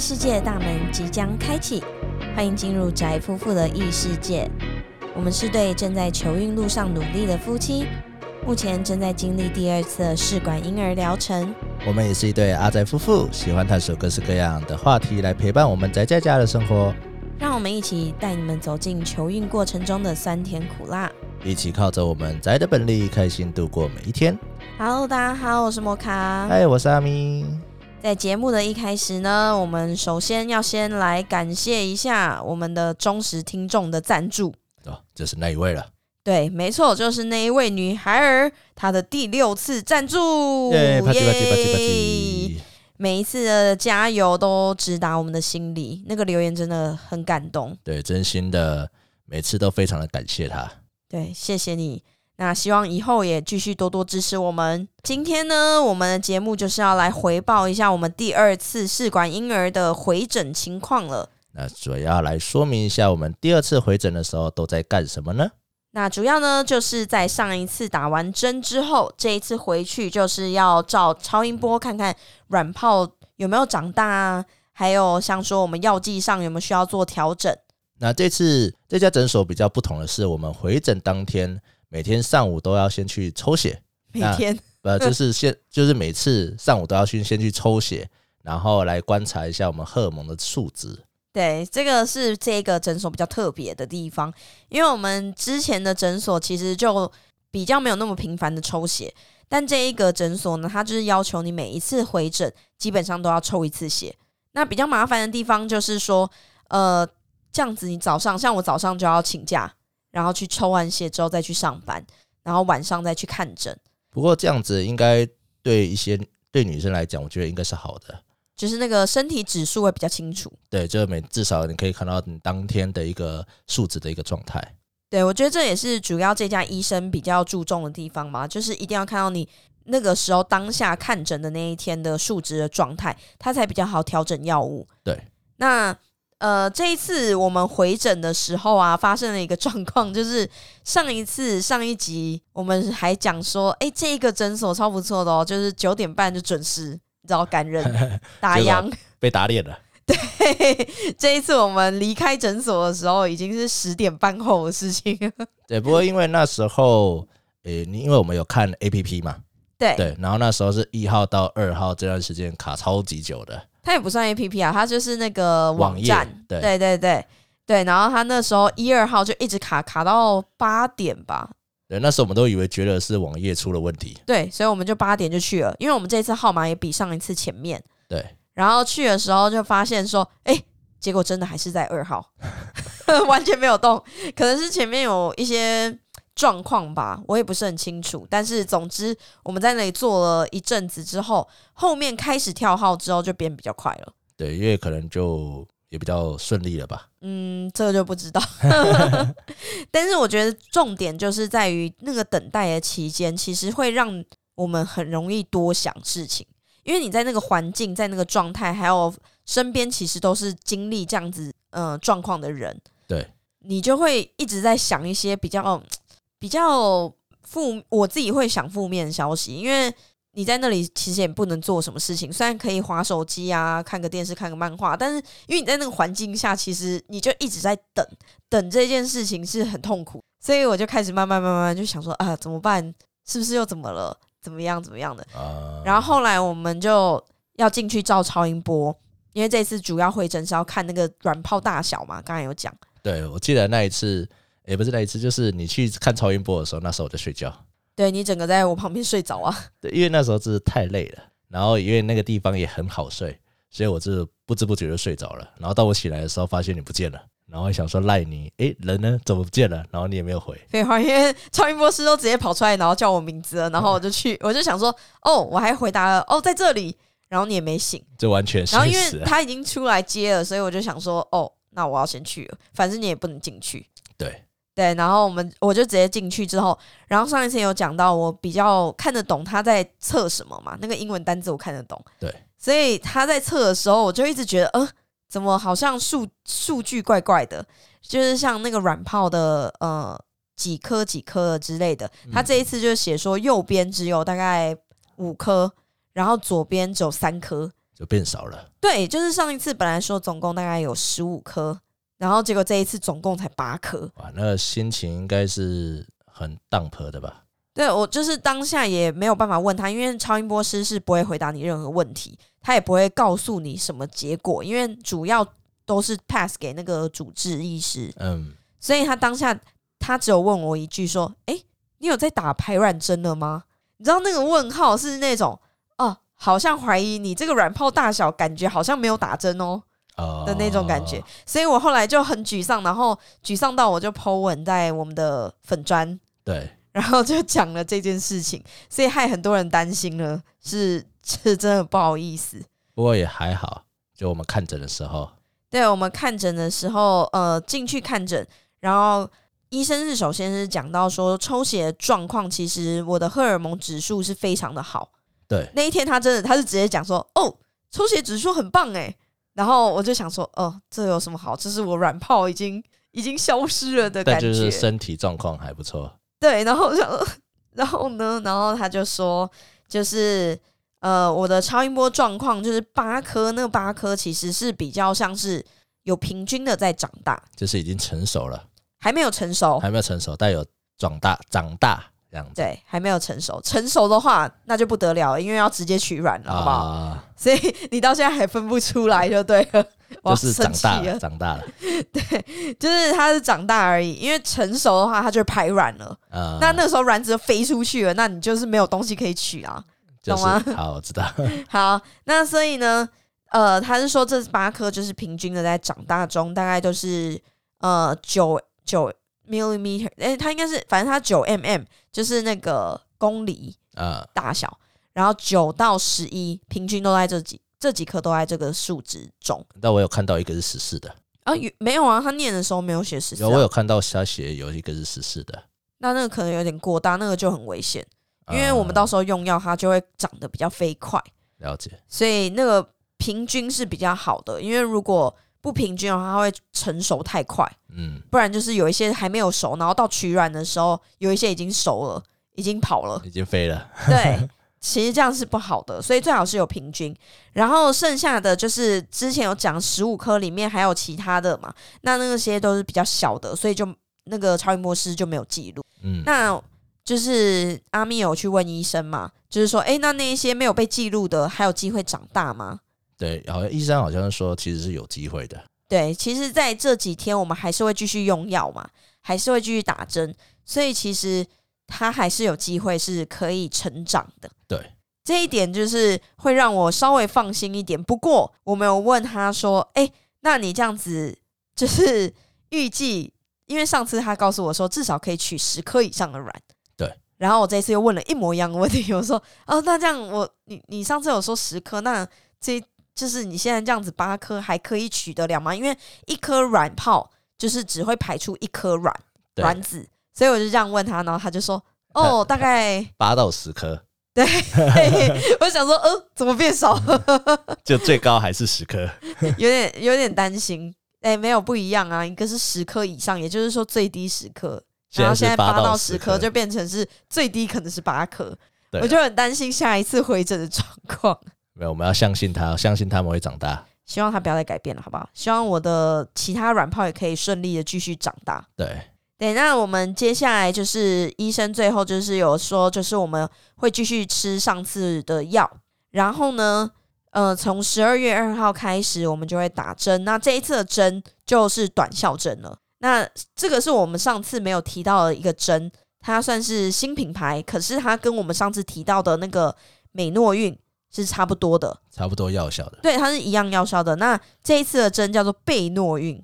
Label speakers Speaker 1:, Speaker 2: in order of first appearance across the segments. Speaker 1: 世界大门即将开启，欢迎进入宅夫妇的异世界。我们是对正在求孕路上努力的夫妻，目前正在经历第二次的试管婴儿疗程。
Speaker 2: 我们也是一对阿宅夫妇，喜欢探索各式各样的话题，来陪伴我们宅在家的生活，
Speaker 1: 让我们一起带你们走进求孕过程中的酸甜苦辣。
Speaker 2: 一起靠着我们宅的本领，开心度过每一天。
Speaker 1: Hello，大家好，我是莫卡。
Speaker 2: 嗨，我是阿咪。
Speaker 1: 在节目的一开始呢，我们首先要先来感谢一下我们的忠实听众的赞助。
Speaker 2: 哦，就是那一位了。
Speaker 1: 对，没错，就是那一位女孩儿，她的第六次赞助，
Speaker 2: 耶！啪叽啪叽啪叽
Speaker 1: 耶
Speaker 2: 啪叽。
Speaker 1: 每一次的加油都直达我们的心里，那个留言真的很感动。
Speaker 2: 对，真心的，每次都非常的感谢他。
Speaker 1: 对，谢谢你。那希望以后也继续多多支持我们。今天呢，我们的节目就是要来回报一下我们第二次试管婴儿的回诊情况了。
Speaker 2: 那主要来说明一下，我们第二次回诊的时候都在干什么呢？
Speaker 1: 那主要呢，就是在上一次打完针之后，这一次回去就是要照超音波看看卵泡有没有长大啊，还有像说我们药剂上有没有需要做调整。
Speaker 2: 那这次这家诊所比较不同的是，我们回诊当天每天上午都要先去抽血，
Speaker 1: 每
Speaker 2: 那
Speaker 1: 天
Speaker 2: 呃，就是先就是每次上午都要去先去抽血，然后来观察一下我们荷尔蒙的数值。
Speaker 1: 对，这个是这个诊所比较特别的地方，因为我们之前的诊所其实就比较没有那么频繁的抽血，但这一个诊所呢，它就是要求你每一次回诊基本上都要抽一次血。那比较麻烦的地方就是说，呃，这样子你早上像我早上就要请假，然后去抽完血之后再去上班，然后晚上再去看诊，
Speaker 2: 不过这样子应该对一些对女生来讲，我觉得应该是好的。
Speaker 1: 就是那个身体指数会比较清楚。
Speaker 2: 对，就是每至少你可以看到你当天的一个数值的一个状态。
Speaker 1: 对，我觉得这也是主要这家医生比较注重的地方嘛，就是一定要看到你那个时候当下看诊的那一天的数值的状态，他才比较好调整药物。
Speaker 2: 对，
Speaker 1: 那呃，这一次我们回诊的时候啊，发生了一个状况，就是上一次上一集我们还讲说，哎，这个诊所超不错的哦，就是九点半就准时，你知道感人打
Speaker 2: 结果
Speaker 1: 烊。
Speaker 2: 被打脸了，
Speaker 1: 嘿嘿，这一次我们离开诊所的时候，已经是十点半后的事情了。
Speaker 2: 对。不过因为那时候，诶、你因为我们有看 A P P 嘛，
Speaker 1: 对，
Speaker 2: 对，然后那时候是一号到二号这段时间卡超级久的，
Speaker 1: 它也不算 A P P 啊，它就是那个
Speaker 2: 网
Speaker 1: 网
Speaker 2: 页
Speaker 1: 站，
Speaker 2: 对
Speaker 1: 对对对对然后它那时候一二号就一直卡卡到八点吧，
Speaker 2: 对，那时候我们都以为觉得是网页出了问题，
Speaker 1: 对，所以我们就八点就去了，因为我们这次号码也比上一次前面，
Speaker 2: 对，
Speaker 1: 然后去的时候就发现说，哎、结果真的还是在二号， 完全没有动，可能是前面有一些状况吧，我也不是很清楚。但是总之，我们在那里坐了一阵子之后，后面开始跳号之后就变比较快了。
Speaker 2: 对，因为可能就也比较顺利了吧。
Speaker 1: 嗯，这个就不知道。 但是我觉得重点就是在于那个等待的期间，其实会让我们很容易多想事情，因为你在那个环境、在那个状态，还有身边其实都是经历这样子呃状况的人，
Speaker 2: 对，
Speaker 1: 你就会一直在想一些比较比较负，我自己会想负面的消息，因为。你在那里其实也不能做什么事情，虽然可以划手机啊、看个电视、看个漫画，但是因为你在那个环境下，其实你就一直在等，等这件事情是很痛苦，所以我就开始慢慢慢慢就想说啊，怎么办？是不是又怎么了？怎么样？怎么样的？
Speaker 2: 啊、
Speaker 1: 然后后来我们就要进去照超音波，因为这次主要回诊是要看那个卵泡大小嘛，刚才有讲。
Speaker 2: 对我记得那一次，也、不是那一次，就是你去看超音波的时候，那时候我在睡觉，
Speaker 1: 对你整个在我旁边睡着啊，
Speaker 2: 对，因为那时候真是太累了，然后因为那个地方也很好睡，所以我就不知不觉就睡着了。然后到我起来的时候，发现你不见了，然后还想说赖你，诶，人呢？怎么不见了？然后你也没有回，
Speaker 1: 废话，啊因为超音波师都直接跑出来，然后叫我名字了，然后我就去，我就想说，哦，我还回答了，哦，在这里，然后你也没醒。
Speaker 2: 这完全是
Speaker 1: 然后因
Speaker 2: 死
Speaker 1: 为
Speaker 2: 啊。
Speaker 1: 他已经出来接了，所以我就想说，哦，那我要先去了，反正你也不能进去。
Speaker 2: 对
Speaker 1: 对，然后我们我就直接进去之后，然后上一次有讲到我比较看得懂他在测什么嘛，那个英文单字我看得懂，
Speaker 2: 对，
Speaker 1: 所以他在测的时候，我就一直觉得，呃，怎么好像数数据怪怪的，就是像那个软泡的呃几颗几颗之类的，
Speaker 2: 嗯
Speaker 1: 他这一次就写说右边只有大概五颗，然后左边只有三颗，
Speaker 2: 就变少了。
Speaker 1: 对，就是上一次本来说总共大概有十五颗，然后结果这一次总共才八颗。
Speaker 2: 哇，那个心情应该是很 dump 的吧？
Speaker 1: 对我就是当下也没有办法问他，因为超音波师是不会回答你任何问题，他也不会告诉你什么结果，因为主要都是 pass 给那个主治医师，
Speaker 2: 嗯，
Speaker 1: 所以他当下他只有问我一句说：“诶，你有在打排卵针了吗？”你知道那个问号是那种哦，好像怀疑你这个卵泡大小，感觉好像没有打针哦。
Speaker 2: 哦
Speaker 1: 的那种感觉，所以我后来就很沮丧，然后沮丧到我就 po 文在我们的粉砖，
Speaker 2: 对，
Speaker 1: 然后就讲了这件事情，所以害很多人担心了，是 是真的不好意思。
Speaker 2: 不过也还好，就我们看诊的时候，
Speaker 1: 对我们看诊的时候，呃，进去看诊，然后医生是首先是讲到说抽血的状况，其实我的荷尔蒙指数是非常的好。
Speaker 2: 对，
Speaker 1: 那一天他真的他是直接讲说，哦，抽血指数很棒哎，然后我就想说，哦，这有什么好？这是我卵泡已经已经消失了的
Speaker 2: 但
Speaker 1: 感觉，
Speaker 2: 就是身体状况还不错，
Speaker 1: 对，然后我想 说，然后呢，然后他就说，就是呃，我的超音波状况就是八颗，那八颗其实是比较像是有平均的在长大，
Speaker 2: 就是已经成熟了，
Speaker 1: 还没有成熟，
Speaker 2: 还没有成熟，但有长大长大这样子，
Speaker 1: 对，还没有成熟。成熟的话，那就不得了了，因为要直接取卵了，好不好？
Speaker 2: 啊，
Speaker 1: 所以 你到现在还分不出来就对了，我要
Speaker 2: 就是
Speaker 1: 生
Speaker 2: 长
Speaker 1: 气
Speaker 2: 大
Speaker 1: 了
Speaker 2: 了，。长大了，
Speaker 1: 就是它是长大而已，因为成熟的话，它就会排卵了。
Speaker 2: 啊，
Speaker 1: 那那时候卵子就飞出去了，那你就是没有东西可以取啊。
Speaker 2: 就是
Speaker 1: 懂吗
Speaker 2: 好，我知道，
Speaker 1: 好，那所以呢，呃，他是说这八颗就是平均的在长大中，大概都是呃九九 millimeter，哎、它应该是反正它九 mm，就是那个公厘
Speaker 2: 啊，
Speaker 1: 大小，然后九到十一，平均都在这几这几颗都在这个数值中。
Speaker 2: 但我有看到一个是十四的，
Speaker 1: 啊，有没有啊？他念的时候没有写十四、啊
Speaker 2: 有我有看到瞎写有一个是十四的，
Speaker 1: 那那个可能有点过大，那个就很危险，因为
Speaker 2: 啊
Speaker 1: 我们到时候用药它就会长得比较飞快。
Speaker 2: 了解，
Speaker 1: 所以那个平均是比较好的，因为如果不平均的话，它会成熟太快，
Speaker 2: 嗯，
Speaker 1: 不然就是有一些还没有熟，然后到取卵的时候，有一些已经熟了，已经跑了。
Speaker 2: 已经飞了，
Speaker 1: 对，其实这样是不好的，所以最好是有平均。然后剩下的就是之前有讲十五颗里面还有其他的嘛，那那些都是比较小的，所以就那个超音波师就没有记录。
Speaker 2: 嗯，
Speaker 1: 那就是阿密有去问医生嘛，就是说，诶，那那一些没有被记录的，还有机会长大吗？
Speaker 2: 对，好像医生好像说其实是有机会的，
Speaker 1: 对，其实在这几天我们还是会继续用药嘛，还是会继续打针，所以其实它还是有机会是可以成长的。
Speaker 2: 对，
Speaker 1: 这一点就是会让我稍微放心一点。不过我没有问他说：“哎，那你这样子就是 预计，因为上次他告诉我说至少可以取十颗以上的卵。”
Speaker 2: 对。
Speaker 1: 然后我这次又问了一模一样的问题，我说：“哦，那这样我你你上次有说十颗，那这就是你现在这样子八颗还可以取得了吗？因为一颗卵泡就是只会排出一颗卵
Speaker 2: 对，
Speaker 1: 卵子，所以我就这样问他，然后他就说：
Speaker 2: 他
Speaker 1: 哦，大概。”
Speaker 2: 八到十颗，
Speaker 1: 对， 我想说，呃，怎么变少 了？
Speaker 2: 就最高还 是十颗，
Speaker 1: 有点有点担心。哎、没有不一样啊，一个是十颗以上，也就是说最低十颗，然后现在
Speaker 2: 八
Speaker 1: 八到
Speaker 2: 十
Speaker 1: 十颗就变成是最低可能是八颗，
Speaker 2: 对啊
Speaker 1: 我就很担心下一次回诊的状况。
Speaker 2: 没有，我们要相信他，相信他们会长大。
Speaker 1: 希望它不要再改变了，好不好？希望我的其他卵泡也可以顺利的继续长大。
Speaker 2: 对，
Speaker 1: 对，那我们接下来就是医生最后就是有说，就是我们会继续吃上次的药，然后呢，呃，从十二月二号开始，我们就会打针。那这一次的针就是短效针了。那这个是我们上次没有提到的一个针，它算是新品牌，可是它跟我们上次提到的那个美诺运是差不多的，
Speaker 2: 差不多药效的
Speaker 1: 对，它是一样药效的。那这一次的针叫做贝诺运，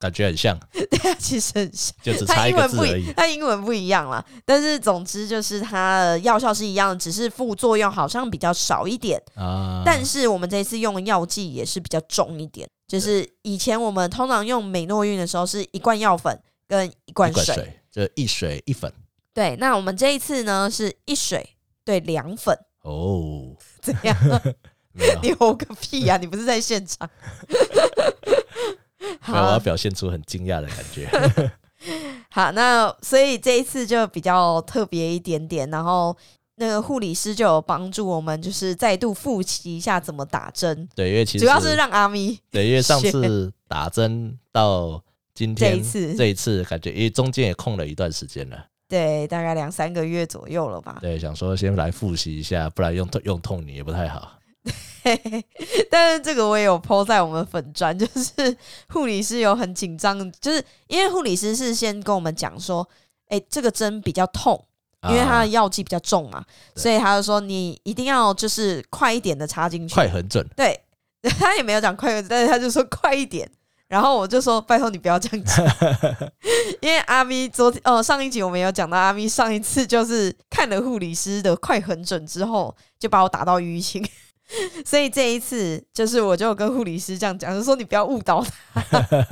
Speaker 2: 感觉很像，
Speaker 1: 对， 其实很像。
Speaker 2: 就只
Speaker 1: 它
Speaker 2: 差一
Speaker 1: 英
Speaker 2: 个
Speaker 1: 文
Speaker 2: 字
Speaker 1: 不
Speaker 2: 而
Speaker 1: 一
Speaker 2: 已，。
Speaker 1: 它英文不一样啦。但是总之就是它的药效是一样的，只是副作用好像比较少一点。
Speaker 2: 啊。
Speaker 1: 但是我们这次用的药剂也是比较重一点，就是以前我们通常用美诺运的时候是一罐药粉跟一罐
Speaker 2: 一
Speaker 1: 水，
Speaker 2: 罐水，这一水一粉
Speaker 1: 对，那我们这一次呢是一水对两粉，
Speaker 2: 哦，
Speaker 1: 怎样？
Speaker 2: 没有，没
Speaker 1: 你吼个屁呀、你不是在现场？
Speaker 2: 有，我要表现出很惊讶的感 觉。
Speaker 1: 好，那所以这一次就比较特别一点点，然后那个护理师就有帮助我们，就是再度复习一下怎么打针，
Speaker 2: 对，因为其实
Speaker 1: 主要是让阿咪
Speaker 2: 对，因为上
Speaker 1: 学
Speaker 2: 次打针到今天
Speaker 1: 这一次
Speaker 2: 这一次感觉因为中间也空了一段时间了，
Speaker 1: 对，大概两三个月左右了吧。
Speaker 2: 对，想说先来复习一下，不然用痛用痛你也不太好。
Speaker 1: 但是这个我也有 PO 在我们粉专，就是护理师有很紧张，就是因为护理师是先跟我们讲说，哎、这个针比较痛，因为它
Speaker 2: 啊
Speaker 1: 的药剂比较重嘛，
Speaker 2: 对
Speaker 1: 所以他就说你一定要就是快一点的插进去，
Speaker 2: 快很准，
Speaker 1: 对， 他也没有讲快，但是他就说快一点。然后我就说：“拜托你不要这样 讲，因为阿咪昨天呃上一集我们有讲到，阿咪上一次就是看了护理师的快很准之后，就把我打到淤青， 所以这一次就是我就跟护理师这样讲，就说你不要误导他。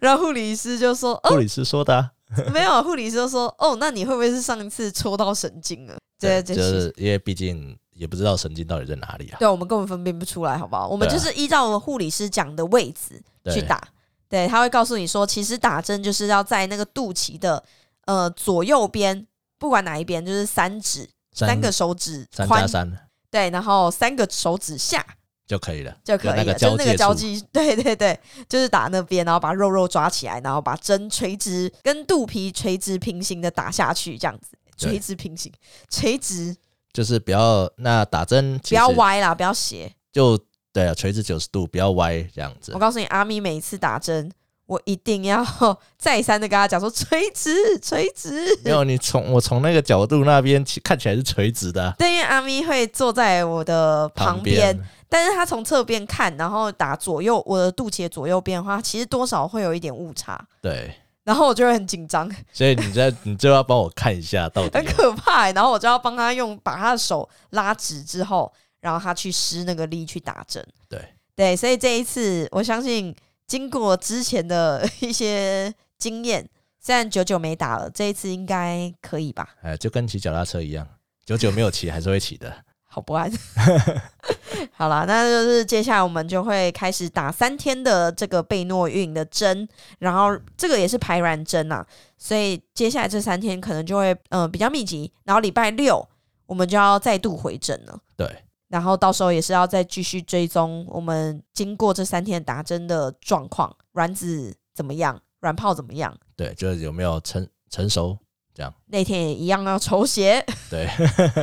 Speaker 1: 然后护理师就说：哦，
Speaker 2: 护理师说的、啊，
Speaker 1: 没有。护理师就说：哦，那你会不会是上一次戳到神经了？对，
Speaker 2: 就
Speaker 1: 这是
Speaker 2: 是因为毕竟也不知道神经到底在哪里啊。
Speaker 1: 对，我们根本分辨不出来，好不好？我们
Speaker 2: 对
Speaker 1: 就
Speaker 2: 啊
Speaker 1: 是依照我们护理师讲的位置
Speaker 2: 对
Speaker 1: 去打，对，他会告诉你说，其实打针就是要在那个肚脐的呃左右边，不管哪一边，就是三指
Speaker 2: 三
Speaker 1: 三个手指
Speaker 2: 三加
Speaker 1: 宽，
Speaker 2: 三
Speaker 1: 对，然后三个手指下
Speaker 2: 就可以了，
Speaker 1: 就可以
Speaker 2: 有
Speaker 1: 了，
Speaker 2: 那个
Speaker 1: 就是那个交
Speaker 2: 交
Speaker 1: 际，对对对，就是打那边，然后把肉肉抓起来，然后把针垂直跟肚皮垂直平行的打下去，这样子。
Speaker 2: 对
Speaker 1: 垂直平行，垂直，
Speaker 2: 就是不要那打针
Speaker 1: 不
Speaker 2: 其
Speaker 1: 要
Speaker 2: 实
Speaker 1: 歪啦，不要斜，
Speaker 2: 就对啊，垂直九十度，不要歪这样子
Speaker 1: 我。告诉你，阿咪每一次打针，我一定要 再三的跟他讲说垂直垂直。
Speaker 2: 没有，你从我从那个角度那边起看起来是垂直的啊、
Speaker 1: 对，因为阿咪会坐在我的旁边，
Speaker 2: 边
Speaker 1: 但是他从侧边看，然后打左右我的肚脐的左右边的话，其实多少会有一点误差，
Speaker 2: 对，
Speaker 1: 然后我就会很紧张，
Speaker 2: 所以你在你就要帮我看一下到底
Speaker 1: 很可怕欸、然后我就要帮他用把他的手拉直之后，然后他去施那个力去打针。
Speaker 2: 对
Speaker 1: 对，所以这一次我相信经过之前的一些经验，虽然久久没打了，这一次应该可以吧？
Speaker 2: 哎，就跟骑脚踏车一样，久久没有骑还是会骑的。
Speaker 1: 好不安。 好啦，那就是接下来我们就会开始打三天的这个贝诺孕的针，然后这个也是排卵针啊，所以接下来这三天可能就会嗯、呃比较密集，然后礼拜六我们就要再度回诊了。
Speaker 2: 对，
Speaker 1: 然后到时候也是要再继续追踪我们经过这三天打针的状况，卵子怎么样，卵泡怎么样。
Speaker 2: 对，就是有没有成成熟？
Speaker 1: 那天也一样要抽血，
Speaker 2: 对，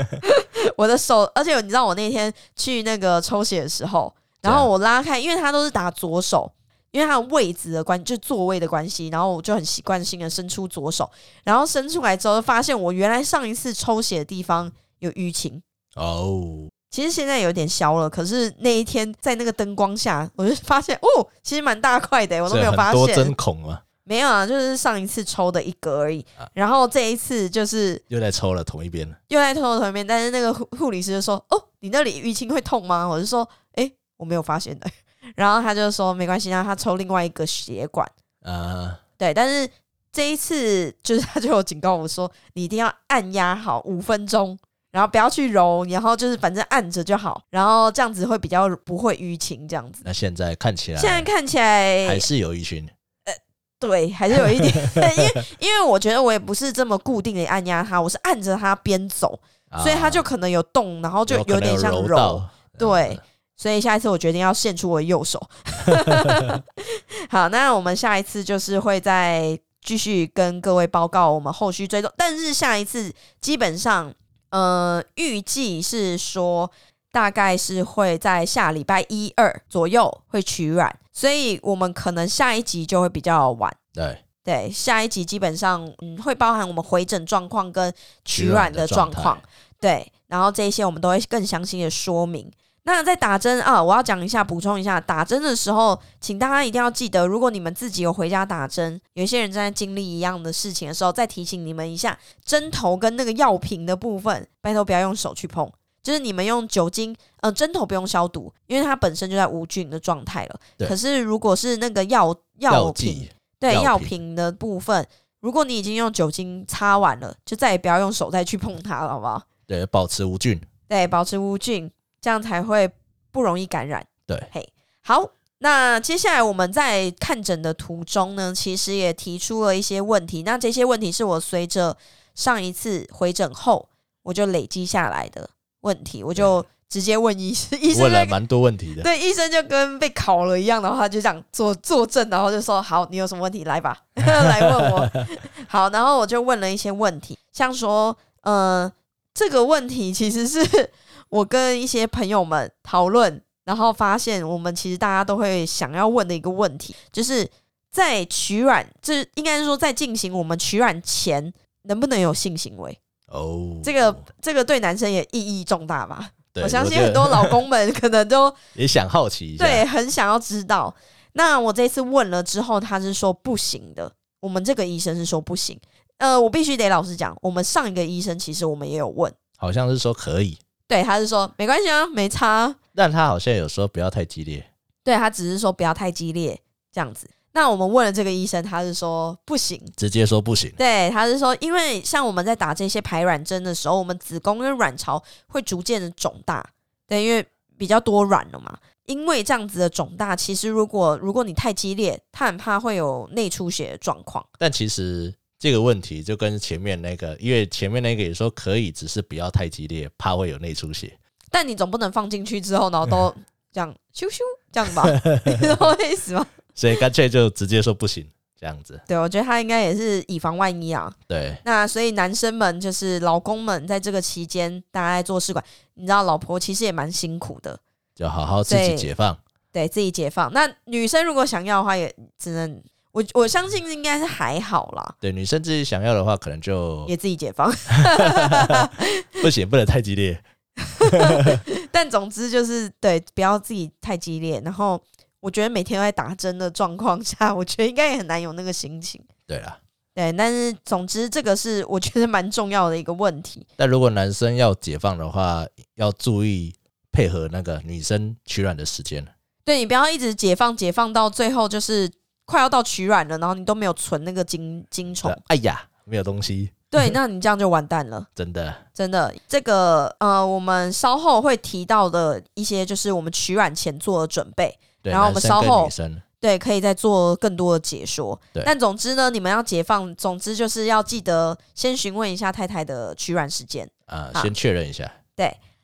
Speaker 1: 我的手，而且你知道我那天去那个抽血的时候，然
Speaker 2: 怎
Speaker 1: 后
Speaker 2: 样
Speaker 1: 我拉开，因为他都是打左手，因为他的位置的关，就座位的关系，然后我就很习惯性的伸出左手，然后伸出来之后，就发现我原来上一次抽血的地方有淤青，
Speaker 2: 哦，
Speaker 1: 其实现在有点消了，可是那一天在那个灯光下，我就发现哦，其实蛮大块的，我都
Speaker 2: 所以
Speaker 1: 没有发
Speaker 2: 很多针
Speaker 1: 现。
Speaker 2: 孔嘛，
Speaker 1: 没有啊，就是上一次抽的一格而已。
Speaker 2: 啊
Speaker 1: 然后这一次就是
Speaker 2: 又在抽了同一边了。
Speaker 1: 又在偷偷旁边，但是那个护护理师就说：“哦，你那里淤青会痛吗？”我就说：“诶，我没有发现的。” 然后他就说：“没关系，让他抽另外一个血管。”
Speaker 2: 啊，
Speaker 1: 对，但是这一次就是他就有警告我说，你一定要按压好五分钟，然后不要去揉，然后就是反正按着就好，然后这样子会比较不会淤青这样子。
Speaker 2: 那现在看起来
Speaker 1: 现在看起
Speaker 2: 啊还
Speaker 1: 来，
Speaker 2: 是有一群，
Speaker 1: 对，还是有一点， 因为因为我觉得我也不是这么固定的按压它，我是按着它边走，
Speaker 2: 啊
Speaker 1: 所以它就可能有动，然后就
Speaker 2: 有可能
Speaker 1: 点像
Speaker 2: 揉
Speaker 1: 揉。
Speaker 2: 到，
Speaker 1: 对
Speaker 2: 嗯，
Speaker 1: 所以下一次我决定要献出我的右 手。好，那我们下一次就是会再继续跟各位报告我们后续追踪，但是下一次基本上，呃，预计是说大概是会在下礼拜一二左右会取卵，所以我们可能下一集就会比较晚。
Speaker 2: 对，
Speaker 1: 对，下一集基本上嗯会包含我们回诊状况跟取卵的状
Speaker 2: 状
Speaker 1: 况
Speaker 2: 态，
Speaker 1: 对，然后这一些我们都会更详细的说明。那在打针啊，我要讲一下，补充一下，打针的时候，请大家一定要记得，如果你们自己有回家打针，有一些人正在经历一样的事情的时候，再提醒你们一下，针头跟那个药瓶的部分，拜托不要用手去碰，就是你们用酒精，呃，针头不用消毒，因为它本身就在无菌的状态了。
Speaker 2: 对
Speaker 1: 可是如果是那个药药
Speaker 2: 药
Speaker 1: 瓶
Speaker 2: 剂，
Speaker 1: 对
Speaker 2: 药
Speaker 1: 药
Speaker 2: 品
Speaker 1: 品的部分，如果你已经用酒精擦完了，就再也不要用手再去碰它了，好不好？
Speaker 2: 对，保持无菌，
Speaker 1: 对，保持无菌，这样才会不容易感染。
Speaker 2: 对，
Speaker 1: 嘿，好。那接下来我们在看诊的途中呢，其实也提出了一些问题。那这些问题是我随着上一次回诊后，我我就累积下来的问题，我就直接问医师，医生
Speaker 2: 问了
Speaker 1: 就
Speaker 2: 蛮多问题的。
Speaker 1: 对医生就跟被考了一样，然后他就这样作作证，然后就说好，你有什么问题来吧， 来问 我。好，然后我就问了一些问题，像说呃这个问题其实是我跟一些朋友们讨论，然后发现我们其实大家都会想要问的一个问题，就是在取卵，这应该是说在进行我们取卵前。能不能有性行为？
Speaker 2: 哦，
Speaker 1: 这个这个对男生也意义重大吧？
Speaker 2: 对
Speaker 1: 我相信
Speaker 2: 觉得
Speaker 1: 很多老公们可能都
Speaker 2: 也想好奇一下，
Speaker 1: 对，很想要知道。那我这次问了之后，他是说不行的。我们这个医生是说不行。呃，我必须得老实讲，我们上一个医生其实我们也有问，
Speaker 2: 好像是说可以，
Speaker 1: 对，他是说没关系啊，没差啊、
Speaker 2: 但他好像有说不要太激烈，
Speaker 1: 对他只是说不要太激烈这样子。那我们问了这个医生，他是说不行。
Speaker 2: 直接说不行。
Speaker 1: 对，他是说，因为像我们在打这些排卵针的时候，我们子宫跟卵巢会逐渐的肿大，对，因为比较多卵了嘛。因为这样子的肿大，其实如果如果你太激烈，他很怕会有内出血的状况。
Speaker 2: 但其实这个问题就跟前面那个，因为前面那个也说可以，只是不要太激烈，怕会有内出血。
Speaker 1: 但你总不能放进去之后，然后都这样咻咻这样吧， 你懂我意思吗？
Speaker 2: 所以干脆就直接说不行，这样子。
Speaker 1: 对，我觉得他应该也是以防万一啊。
Speaker 2: 对，
Speaker 1: 那所以男生们就是老公们，在这个期间，大家在做试管，你知道，老婆其实也蛮辛苦的。
Speaker 2: 就好好自己
Speaker 1: 对
Speaker 2: 解放。
Speaker 1: 对自己解放。那女生如果想要的话，也只能我我相信应该是还好啦，
Speaker 2: 对，女生自己想要的话，可能就
Speaker 1: 也自己解放。
Speaker 2: 不行，不能太激烈。
Speaker 1: 但总之就是对，不要自己太激烈。然后我觉得每天都在打针的状况下， 我觉得应该也很难有那个心情。
Speaker 2: 对啊啦，
Speaker 1: 对，但是总之这个是我觉得蛮重要的一个问题。
Speaker 2: 但如果男生要解放的话，要注意配合那个女生取卵的时间。
Speaker 1: 对你不要一直解放，解放到最后就是快要到取卵了，然后你都没有存那个精精虫
Speaker 2: 对，哎呀，没有东西，
Speaker 1: 对，那你这样就完蛋了。
Speaker 2: 真的。
Speaker 1: 真的，这个呃，我们稍后会提到的一些，就是我们取卵前做的准备，
Speaker 2: 对，
Speaker 1: 然后我们
Speaker 2: 男生
Speaker 1: 稍
Speaker 2: 跟
Speaker 1: 后
Speaker 2: 女生
Speaker 1: 对，可以再做更多的解说
Speaker 2: 对。
Speaker 1: 但总之呢，你们要解放，总之就是要记得先询问一下太太的取卵时间。
Speaker 2: 啊、
Speaker 1: 好
Speaker 2: 先确认一下。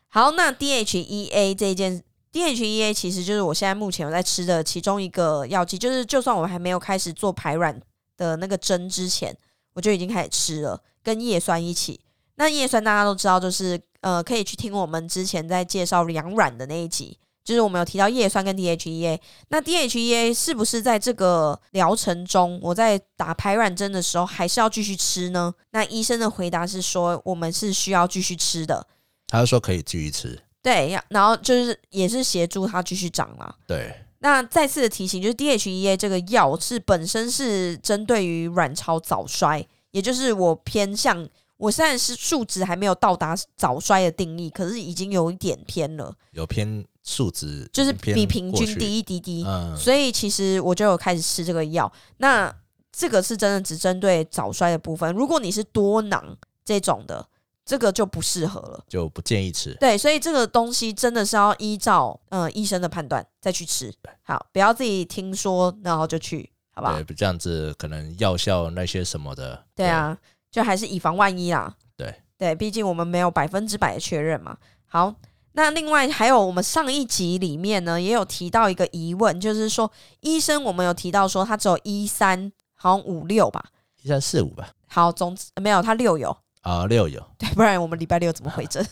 Speaker 1: 好，那 DHEA 这一件 DHEA 其实就是我现在目前有在吃的其中一个药剂，就是就算我还没有开始做排卵的那个针之前，我就已经开始吃了，跟叶酸一起。那叶酸大家都知道，就是呃，可以去听我们之前在介绍养卵的那一集，就是我们有提到叶酸跟 DHEA。那 DHEA 是不是在这个疗程中，我在打排卵针的时候还是要继续吃呢？那医生的回答是说，我们是需要继续吃的。
Speaker 2: 他就说可以继续吃。
Speaker 1: 对，要然后就是也是协助它继续长啦。
Speaker 2: 对，
Speaker 1: 那再次的提醒，就是 DHEA 这个药是本身是针对于卵巢早衰，也就是我偏向我虽然是数值还没有到达早衰的定义，可是已经有一点偏了，
Speaker 2: 有偏数值，
Speaker 1: 就是
Speaker 2: 偏
Speaker 1: 比平
Speaker 2: 过
Speaker 1: 均
Speaker 2: 去。
Speaker 1: 低一滴滴。
Speaker 2: 嗯，
Speaker 1: 所以其实我就有开始吃这个药。那这个是真的只针对早衰的部分，如果你是多囊这种的，这个就不适合了。
Speaker 2: 就不建议吃。
Speaker 1: 对，所以这个东西真的是要依照呃医生的判断再去吃，好，不要自己听说然后就去，好不好
Speaker 2: 对，？不这样子可能药效那些什么的。
Speaker 1: 对，啊，就还是以防万一啦。
Speaker 2: 对
Speaker 1: 对，毕竟我们没有百分之百的确认嘛。好，那另外还有我们上一集里面呢，也有提到一个疑问，就是说医生我们有提到说他只有一三，好像五六吧。
Speaker 2: 一三四五吧，
Speaker 1: 好，总之呃没有他六有，
Speaker 2: 啊，六有，
Speaker 1: 对，不然我们礼拜六怎么回 诊？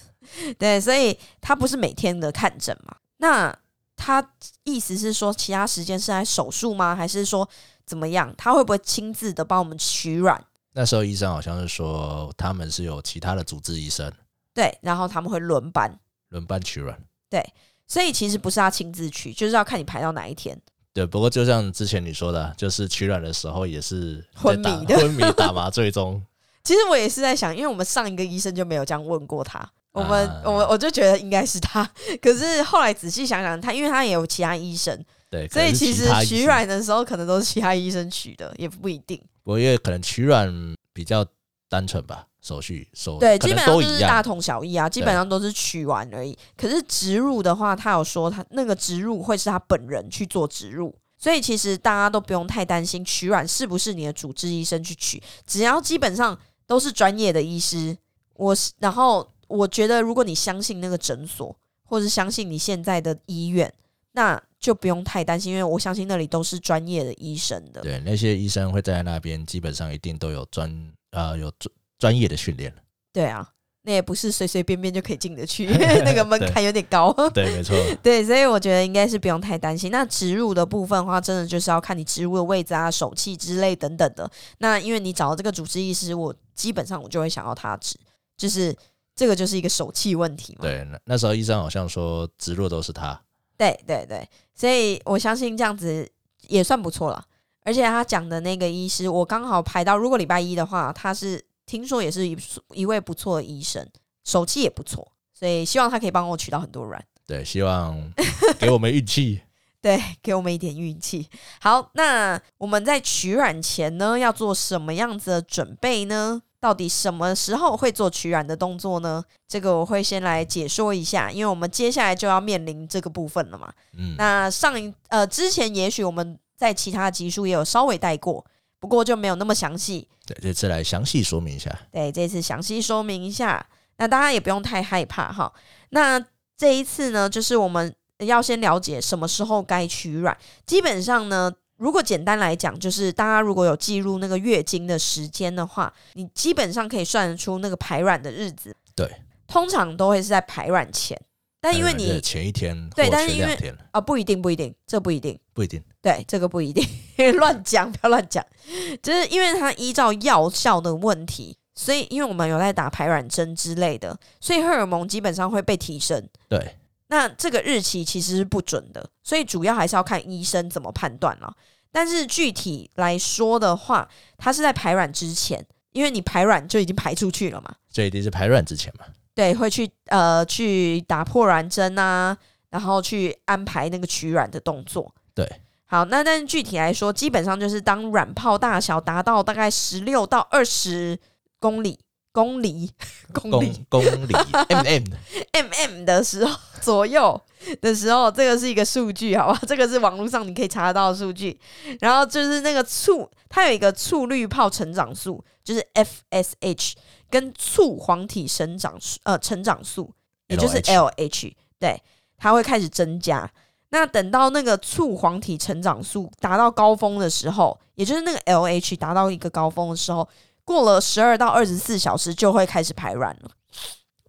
Speaker 1: 对，所以他不是每天的看诊嘛？那他意思是说，其他时间是在手术吗？还是说怎么样？他会不会亲自的帮我们取卵？
Speaker 2: 那时候医生好像是说他们是有其他的主治医生
Speaker 1: 对，然后他们会轮班，
Speaker 2: 轮班取卵。
Speaker 1: 所以其实不是他亲自取，就是要看你排到哪一天。
Speaker 2: 对，不过就像之前你说的，啊就是取卵的时候也是在
Speaker 1: 昏
Speaker 2: 打
Speaker 1: 迷的
Speaker 2: 昏迷打麻醉中。
Speaker 1: 其实我也是在想，因为我们上一个医生就没有这样问过他，我们、
Speaker 2: 啊
Speaker 1: 我们我就觉得应该是他，可是后来仔细想想，他因为他也有其他医生，
Speaker 2: 对，
Speaker 1: 所以
Speaker 2: 可能是
Speaker 1: 其实
Speaker 2: 他医
Speaker 1: 取
Speaker 2: 生，
Speaker 1: 卵的时候可能都是其他医生取的，也不一定。
Speaker 2: 我因为可能取卵比较单纯吧，手续手
Speaker 1: 对，
Speaker 2: 可
Speaker 1: 基
Speaker 2: 能
Speaker 1: 本上
Speaker 2: 都
Speaker 1: 就
Speaker 2: 一
Speaker 1: 是大
Speaker 2: 样。
Speaker 1: 同小异啊，基本上都是取完而已。可是植入的话，他有说他那个植入会是他本人去做植入，所以其实大家都不用太担心取卵是不是你的主治医生去取，只要基本上都是专业的医师，我是然后。我觉得如果你相信那个诊所，或是相信你现在的医院，那就不用太担心，因为我相信那里都是专业的医生的。
Speaker 2: 对，那些医生会在那边，基本上一定都有专呃有专专业的训练。
Speaker 1: 对啊，那也不是随随便便就可以进得 去，因为那个门槛有点高。
Speaker 2: 对，没错，
Speaker 1: 对，所以我觉得应该是不用太担心。那植入的部分的话，真的就是要看你植入的位置啊、手气之类等等的。那因为你找到这个主治医师，我基本上我就会想要他植，就是这个就是一个手气问题嘛。
Speaker 2: 对。那那时候医生好像说植入都是他，
Speaker 1: 对对对，所以我相信这样子也算不错了。而且他讲的那个医师，我刚好排到，如果礼拜一的话，他是听说也是一一位不错的医生，手气也不错，所以希望他可以帮我取到很多卵。
Speaker 2: 对，希望给我们运气。
Speaker 1: 对，给我们一点运气。好，那我们在取卵前呢，要做什么样子的准备呢？到底什么时候会做取卵的动作呢？这个我会先来解说一下，因为我们接下来就要面临这个部分了嘛。
Speaker 2: 嗯，
Speaker 1: 那上一呃之前也许我们在其他集数也有稍微带过，不过就没有那么详细。
Speaker 2: 对，这次来详细说明一下。
Speaker 1: 对，这次详细说明一下，那大家也不用太害怕哈。那这一次呢，就是我们要先了解什么时候该取卵。基本上呢，如果简单来讲，就是大家如果有记录那个月经的时间的话，你基本上可以算得出那个排卵的日子。
Speaker 2: 对，
Speaker 1: 通常都会是在排卵前，但因为
Speaker 2: 呃对
Speaker 1: 你
Speaker 2: 前一天
Speaker 1: 对
Speaker 2: 或
Speaker 1: 但是
Speaker 2: 前
Speaker 1: 因为
Speaker 2: 两天
Speaker 1: 啊、不一定，不一定，这不一定。
Speaker 2: 不一定。
Speaker 1: 对，这个不一定， 乱讲，不要乱讲。就是因为它依照药效的问题，所以因为我们有在打排卵针之类的，所以荷尔蒙基本上会被提升。
Speaker 2: 对，
Speaker 1: 那这个日期其实是不准的，所以主要还是要看医生怎么判断了。但是具体来说的话，它是在排卵之前，因为你排卵就已经排出去了嘛，
Speaker 2: 这一定是排卵之前嘛。
Speaker 1: 对，会去呃去打破卵针啊，然后去安排那个取卵的动作。
Speaker 2: 对，
Speaker 1: 好，那但是具体来说，基本上就是当卵泡大小达到大概十六到二十公里公里公里
Speaker 2: 公公里 M M，
Speaker 1: mm 的时候左右的时候，这个是一个数据，好吧？ 这个是网络上你可以查得到的数据。然后就是那个促，它有一个促滤泡成长素，就是 FSH，跟促黄体生长素呃成长素，也就是 LH，对，它会开始增加。那等到那个促黄体成长素达到高峰的时候，也就是那个 LH 达到一个高峰的时候，过了十二到二十四小时就会开始排卵了。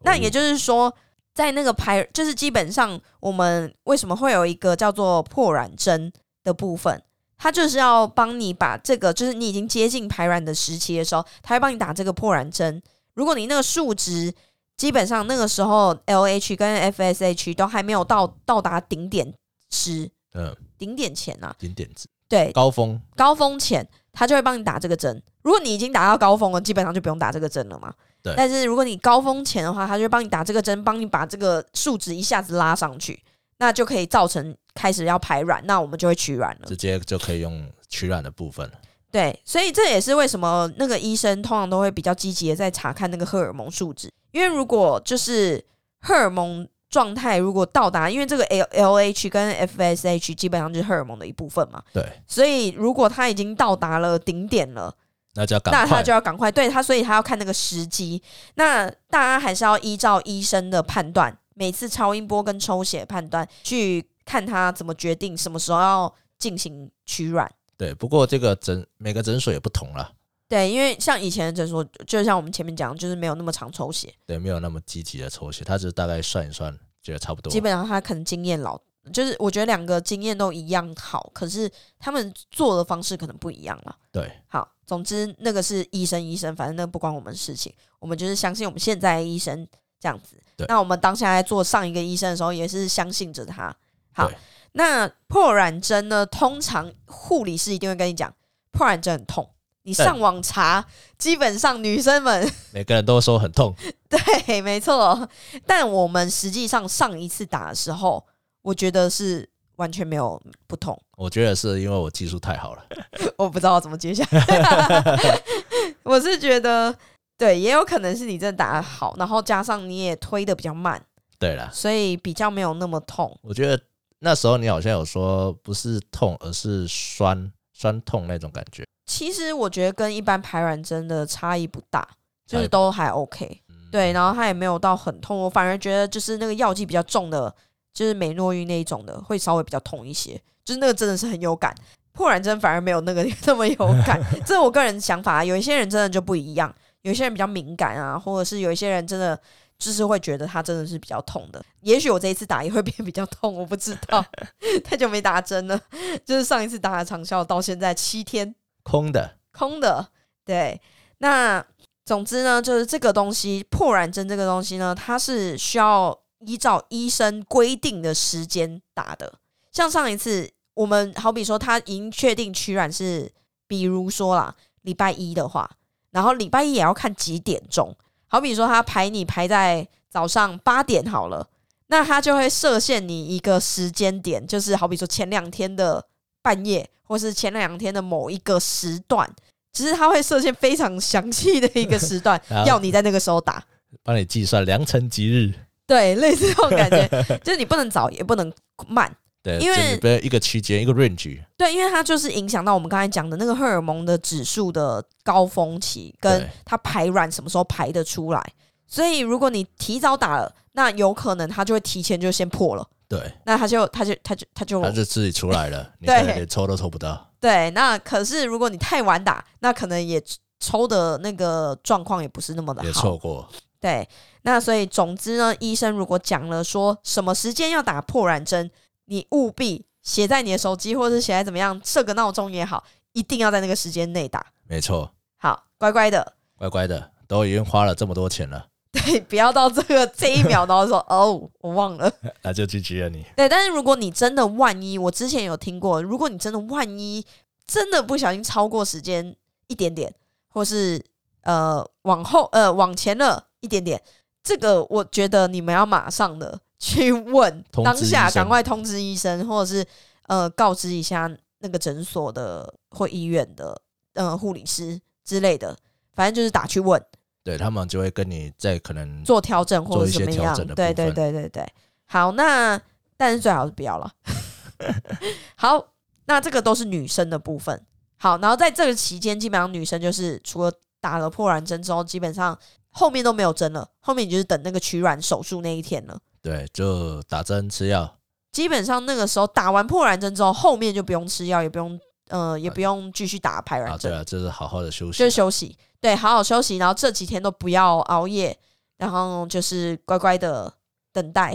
Speaker 1: 那也就是说，在那个排，就是基本上我们为什么会有一个叫做破卵针的部分，它就是要帮你把这个，就是你已经接近排卵的时期的时候，它会帮你打这个破卵针。如果你那个数值基本上那个时候 LH 跟 FSH 都还没有到到达顶点时，
Speaker 2: 嗯，
Speaker 1: 顶点前啊，
Speaker 2: 点点子
Speaker 1: 对，
Speaker 2: 高峰，
Speaker 1: 高峰前，他就会帮你打这个针。如果你已经打到高峰了，基本上就不用打这个针了嘛。
Speaker 2: 对
Speaker 1: 但是如果你高峰前的话，他就会帮你打这个针，帮你把这个数值一下子拉上去，那就可以造成开始要排卵，那我们就会取卵了
Speaker 2: 直。接就可以用取卵的部分了。
Speaker 1: 对，所以这也是为什么那个医生通常都会比较积极的在查看那个荷尔蒙数值，因为如果就是荷尔蒙状态如果到达，因为这个 L L H 跟 F S H 基本上就是荷尔蒙的一部分嘛，
Speaker 2: 对，
Speaker 1: 所以如果它已经到达了顶点了。
Speaker 2: 那就要
Speaker 1: 那
Speaker 2: 赶
Speaker 1: 他
Speaker 2: 快
Speaker 1: 就。要赶快对他，所以他要看那个时机。那大家还是要依照医生的判断，每次超音波跟抽血判断去看他怎么决定什么时候要进行取卵。
Speaker 2: 对，不过这个诊每个诊所也不同啦，
Speaker 1: 对，因为像以前的诊所，就像我们前面讲，就是没有那么常抽血，
Speaker 2: 对，没有那么积极的抽血，他只是大概算一算，觉得差不多
Speaker 1: 基。本上他可能经验老，就是我觉得两个经验都一样好，可是他们做的方式可能不一样了。
Speaker 2: 对，
Speaker 1: 好，总之那个是医生，医生，反正那不关我们事情，我们就是相信我们现在的医生这样子
Speaker 2: 对。
Speaker 1: 那我们当下在做上一个医生的时候，也是相信着他。好
Speaker 2: 对，
Speaker 1: 那破卵针呢？通常护理师一定会跟你讲，破卵针很痛。你
Speaker 2: 对
Speaker 1: 上网查，基本上女生们
Speaker 2: 每个人都说很痛，
Speaker 1: 对，没错。但我们实际上上一次打的时候，我觉得是完全没有不痛。
Speaker 2: 我觉得是因为我技术太好了。
Speaker 1: 我不知道怎么接下来。 我是觉得，对，也有可能是你真的打得好，然后加上你也推的比较慢，
Speaker 2: 对啦，
Speaker 1: 所以比较没有那么痛。
Speaker 2: 我觉得那时候你好像有说不是痛，而是酸酸痛那种感觉。
Speaker 1: 其实我觉得跟一般排卵针的差异不大，就
Speaker 2: 差
Speaker 1: 是
Speaker 2: 异不
Speaker 1: 都还 OK。
Speaker 2: 嗯
Speaker 1: 对，然后它也没有到很痛，我反而觉得就是那个药剂比较重的，就是美诺玉那一种的，会稍微比较痛一些，就是那个真的是很有感。破软针反而没有那个 那么有感，这是我个人想法、啊。有一些人真的就不一样，有一些人比较敏感啊，或者是有一些人真的就是会觉得它真的是比较痛的。也许我这一次打也会变 比较痛，我不知道， 太久没打针了。就是上一次打了长效到现在七天，
Speaker 2: 空的，
Speaker 1: 空的。对，那总之呢，就是这个东西破软针这个东西呢，它是需要依照医生规定的时间打的。像上一次，我们好比说他已经确定取卵是，比如说啦，礼拜一的话，然后礼拜一也要看几点钟。好比说他排你排在早上八点好了，那他就会设限你一个时间点，就是好比说前两天的半夜，或是前两天的某一个时段。只是他会设限非常详细的一个时段
Speaker 2: 然，后
Speaker 1: 要你在那个时候打。
Speaker 2: 帮你计算良辰吉日。
Speaker 1: 对，类似这种感觉，就是你不能早，也不能慢。
Speaker 2: 对，
Speaker 1: 因为
Speaker 2: 就是不要一个区间一个 range，
Speaker 1: 对，因为它就是影响到我们刚才讲的那个荷尔蒙的指数的高峰期，跟
Speaker 2: 对
Speaker 1: 它排卵什么时候排得出来。所以如果你提早打了，那有可能它就会提前就先破了，
Speaker 2: 对，
Speaker 1: 那它就它就它就它就
Speaker 2: 他就自己出 来了，你
Speaker 1: 对
Speaker 2: 可能连抽都抽不到。
Speaker 1: 对。那可是如果你太晚打，那可能也抽的那个状况也不是那么的
Speaker 2: 也
Speaker 1: 好。
Speaker 2: 错过，
Speaker 1: 对，那所以总之呢，医生如果讲了说什么时间要打破卵针，你务必写在你的手机，或者是写在怎么样设个闹钟也好，一定要在那个时间内打。
Speaker 2: 没错，
Speaker 1: 好，乖乖的，
Speaker 2: 乖乖的，都已经花了这么多钱了，
Speaker 1: 对，不要到这个这一秒，然后说哦，我忘了。
Speaker 2: 那就 GG 了你。
Speaker 1: 对，但是如果你真的万一，我之前有听过，如果你真的万一真的不小心超过时间一点点，或是呃往后呃往前了一点点，这个我觉得你们要马上的去问，
Speaker 2: 通
Speaker 1: 当
Speaker 2: 知医
Speaker 1: 下
Speaker 2: 生
Speaker 1: 赶快通知医生，或者是呃告知一下那个诊所的或医院的呃护理师之类的，反正就是打去问。
Speaker 2: 对他们就会跟你在可能
Speaker 1: 做调整或
Speaker 2: 做
Speaker 1: 者
Speaker 2: 一些
Speaker 1: 怎么
Speaker 2: 调
Speaker 1: 样
Speaker 2: 整的。
Speaker 1: 对
Speaker 2: 部
Speaker 1: 对
Speaker 2: 分
Speaker 1: 对对对，好，那但是最好是不要了。 好，那这个都是女生的部分。好，然后在这个期间，基本上女生就是除了打了破卵针之后，基本上后面都没有针了，后面你就是等那个取卵手术那一天了。
Speaker 2: 对，就打针吃药，
Speaker 1: 基本上那个时候打完破卵针之后，后面就不用吃药，也不用呃，也不用继续打排
Speaker 2: 啊，
Speaker 1: 卵针
Speaker 2: 对。啊，就是好好的休息
Speaker 1: 就是，休息，对，好好休息，然后这几天都不要熬夜，然后就是乖乖的等 待，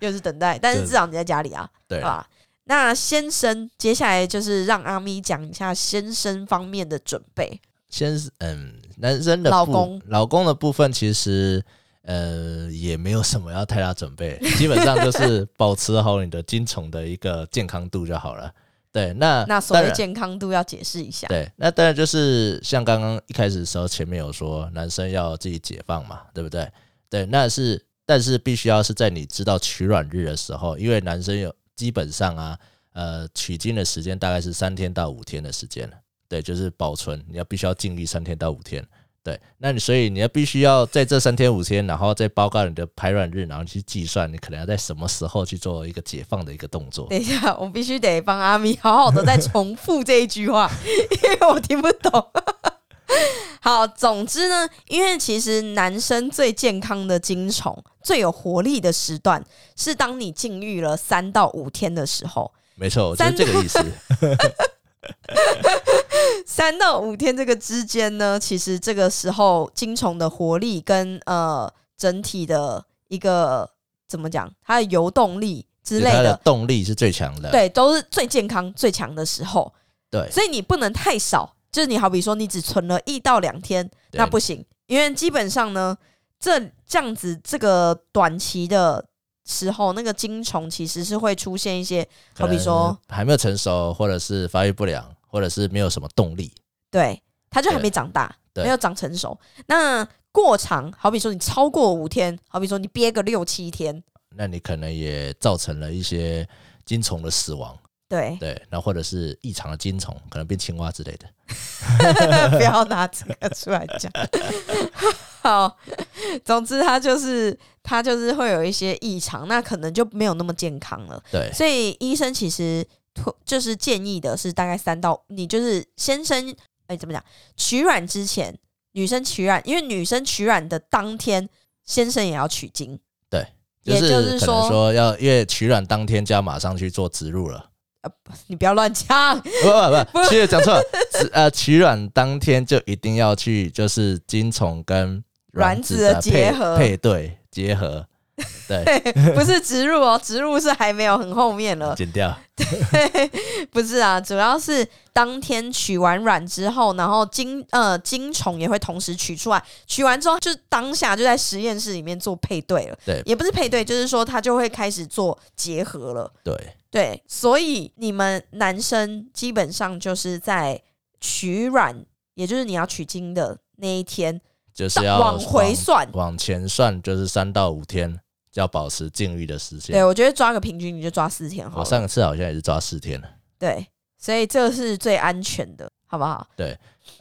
Speaker 1: 又是等待，但是
Speaker 2: 对
Speaker 1: 至少你在家里啊，
Speaker 2: 对
Speaker 1: 好吧？那先生，接下来就是让阿咪讲一下先生方面的准备。
Speaker 2: 先是嗯，男生的
Speaker 1: 老
Speaker 2: 部
Speaker 1: 公
Speaker 2: 老公的部分其实呃也没有什么要太大准 备，基本上就是保持好你的精虫的一个健康度就好了。对，那
Speaker 1: 那所
Speaker 2: 啊当
Speaker 1: 谓
Speaker 2: 然
Speaker 1: 健康度要解释一下，
Speaker 2: 对，那当然就是像刚刚一开始的时候，前面有说男生要自己解放嘛，对不对？对，那是但是必须要是在你知道取卵日的时候，因为男生有基本上啊，呃，取精的时间大概是三天到五天的时间了对，就是保存，你要必须要禁欲三天到五天。对，那你所以你要必须要在这三天五天，然后再报告你的排卵日，然后去计算你可能要在什么时候去做一个解放的一个动作。
Speaker 1: 等一下，我必须得帮阿咪好好的再重复这一句话， 因为我听不懂。 好，总之呢，因为其实男生最健康的精虫、最有活力的时段，是当你禁欲了三到五天的时候。
Speaker 2: 没错，我觉得这个意 思。
Speaker 1: 三到五天这个之间呢，其实这个时候精虫的活力跟呃整体的一个怎么讲，它的游动力之类
Speaker 2: 它的
Speaker 1: 的，
Speaker 2: 动力是最强的。
Speaker 1: 对，都是最健康、最强的时候。
Speaker 2: 对，
Speaker 1: 所以你不能太少，就是你好比说你只存了一到两天，
Speaker 2: 对
Speaker 1: 那不行，因为基本上呢，这这样子这个短期的时候，那个精虫其实是会出现一些，好比说，
Speaker 2: 还没有成熟，或者是发育不良，或者是没有什么动力，
Speaker 1: 对，它就还
Speaker 2: 对
Speaker 1: 没长大，
Speaker 2: 对
Speaker 1: 没有长成熟。那过长，好比说你超过五天，好比说你憋个六七天，
Speaker 2: 那你可能也造成了一些精虫的死亡，
Speaker 1: 对，
Speaker 2: 对，然后或者是异常的精虫，可能变青蛙之类的。
Speaker 1: 不要拿这个出来讲。 好，总之它就是它就是会有一些异常，那可能就没有那么健康了。
Speaker 2: 对，
Speaker 1: 所以医生其实推就是建议的是大概三到，你就是先生哎、怎么讲，取卵之前女生取卵，因为女生取卵的当天，先生也要取精，也就是
Speaker 2: 是可能
Speaker 1: 说
Speaker 2: 说要因为取卵当天就要马上去做植入了，
Speaker 1: 你不要乱讲。
Speaker 2: 不不不，其实讲错了，植呃取卵当天就一定要去就是精虫跟
Speaker 1: 卵
Speaker 2: 子
Speaker 1: 子的
Speaker 2: 配
Speaker 1: 结合
Speaker 2: 配对结合，对，
Speaker 1: 不是植入哦，植入是还没有很后面了。
Speaker 2: 剪掉，
Speaker 1: 不是啊，主要是当天取完卵之后，然后精呃精虫也会同时取出来，取完之后就当下就在实验室里面做配对了。
Speaker 2: 对
Speaker 1: 也不是配对，就是说它就会开始做结合了。
Speaker 2: 对，
Speaker 1: 对，所以你们男生基本上就是在取卵，也就是你要取精的那一天，
Speaker 2: 就是要
Speaker 1: 往回算。
Speaker 2: 往前算就是三到五天，就要保持禁欲的时
Speaker 1: 对，
Speaker 2: 间。
Speaker 1: 我觉得抓个平均你就抓四天好
Speaker 2: 我
Speaker 1: 了。
Speaker 2: 上次好像也是抓四天了。
Speaker 1: 对，所以这是最安全的，好不好？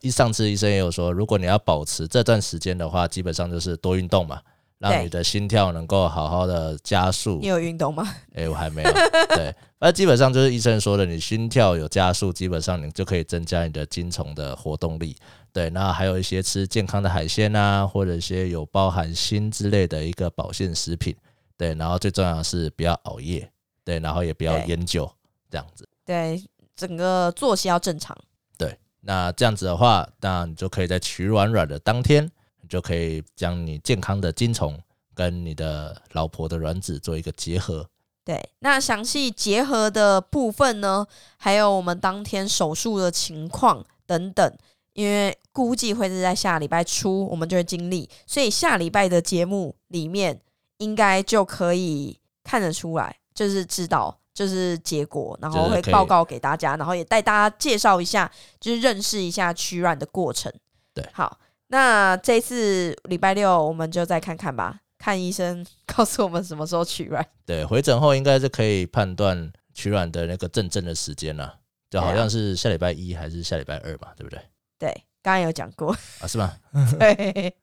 Speaker 2: 一上次医生也有说，如果你要保持这段时间的话，基本上就是多运动嘛，让
Speaker 1: 对
Speaker 2: 你的心跳能够好好的加速
Speaker 1: 你。有运动吗？
Speaker 2: 哎、我还没有。对，那基本上就是医生说的，你心跳有加速，基本上你就可以增加你的精虫的活动力。对，那还有一些吃健康的海鲜啊，或者一些有包含锌之类的一个保健食品。对，然后最重要的是不要熬夜，对，然后也不要
Speaker 1: 对
Speaker 2: 烟酒，这样子。
Speaker 1: 对，整个作息要正常。
Speaker 2: 那这样子的话，那你就可以在取卵卵的当天，你就可以将你健康的精虫跟你的老婆的卵子做一个结合。
Speaker 1: 对，那详细结合的部分呢，还有我们当天手术的情况等等，因为估计会是在下礼拜初我们就会经历，所以下礼拜的节目里面应该就可以看得出来，就是知道就是结果，然后
Speaker 2: 就是
Speaker 1: 会
Speaker 2: 可以
Speaker 1: 报告给大家，然后也带大家介绍一下，就是认识一下取卵的过程。
Speaker 2: 对
Speaker 1: 好，那这次礼拜六我们就再看看吧，看医生 告诉我们什么时候取卵。
Speaker 2: 对，回诊后应该是可以判断取卵的那个正正的时间啦，就好
Speaker 1: 对啊
Speaker 2: 像是下礼拜一还是下礼拜二嘛，对不对？
Speaker 1: 对，刚刚有讲过。
Speaker 2: 啊，是吗？
Speaker 1: 对，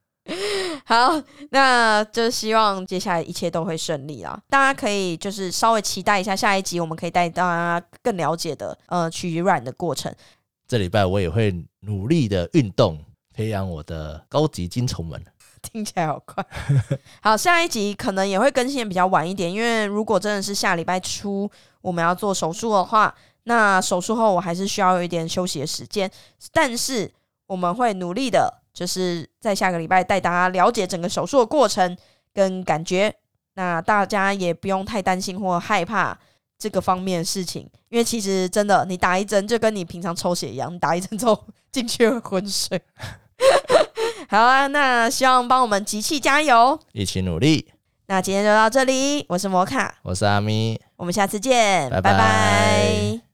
Speaker 1: 好，那就希望接下来一切都会顺利啦。大家可以就是稍微期待一下下一集，我们可以带大家更了解的呃取卵的过程。
Speaker 2: 这礼拜我也会努力的运动，培养我的高级金虫们。
Speaker 1: 听起来好快。好，下一集可能也会更新得比较晚一点，因为如果真的是下礼拜初我们要做手术的话，那手术后我还是需要有一点休息的时间，但是我们会努力的，就是在下个礼拜带大家了解整个手术的过程跟感觉。那大家也不用太担心或害怕这个方面的事情，因为其实真的，你打一针就跟你平常抽血一样，你打一针之后进去会昏睡。好啊，那希望帮我们集气加油。
Speaker 2: 一起努力，
Speaker 1: 那今天就到这里，我是摩卡，
Speaker 2: 我是阿咪。
Speaker 1: 我们下次见，
Speaker 2: 拜拜
Speaker 1: 拜拜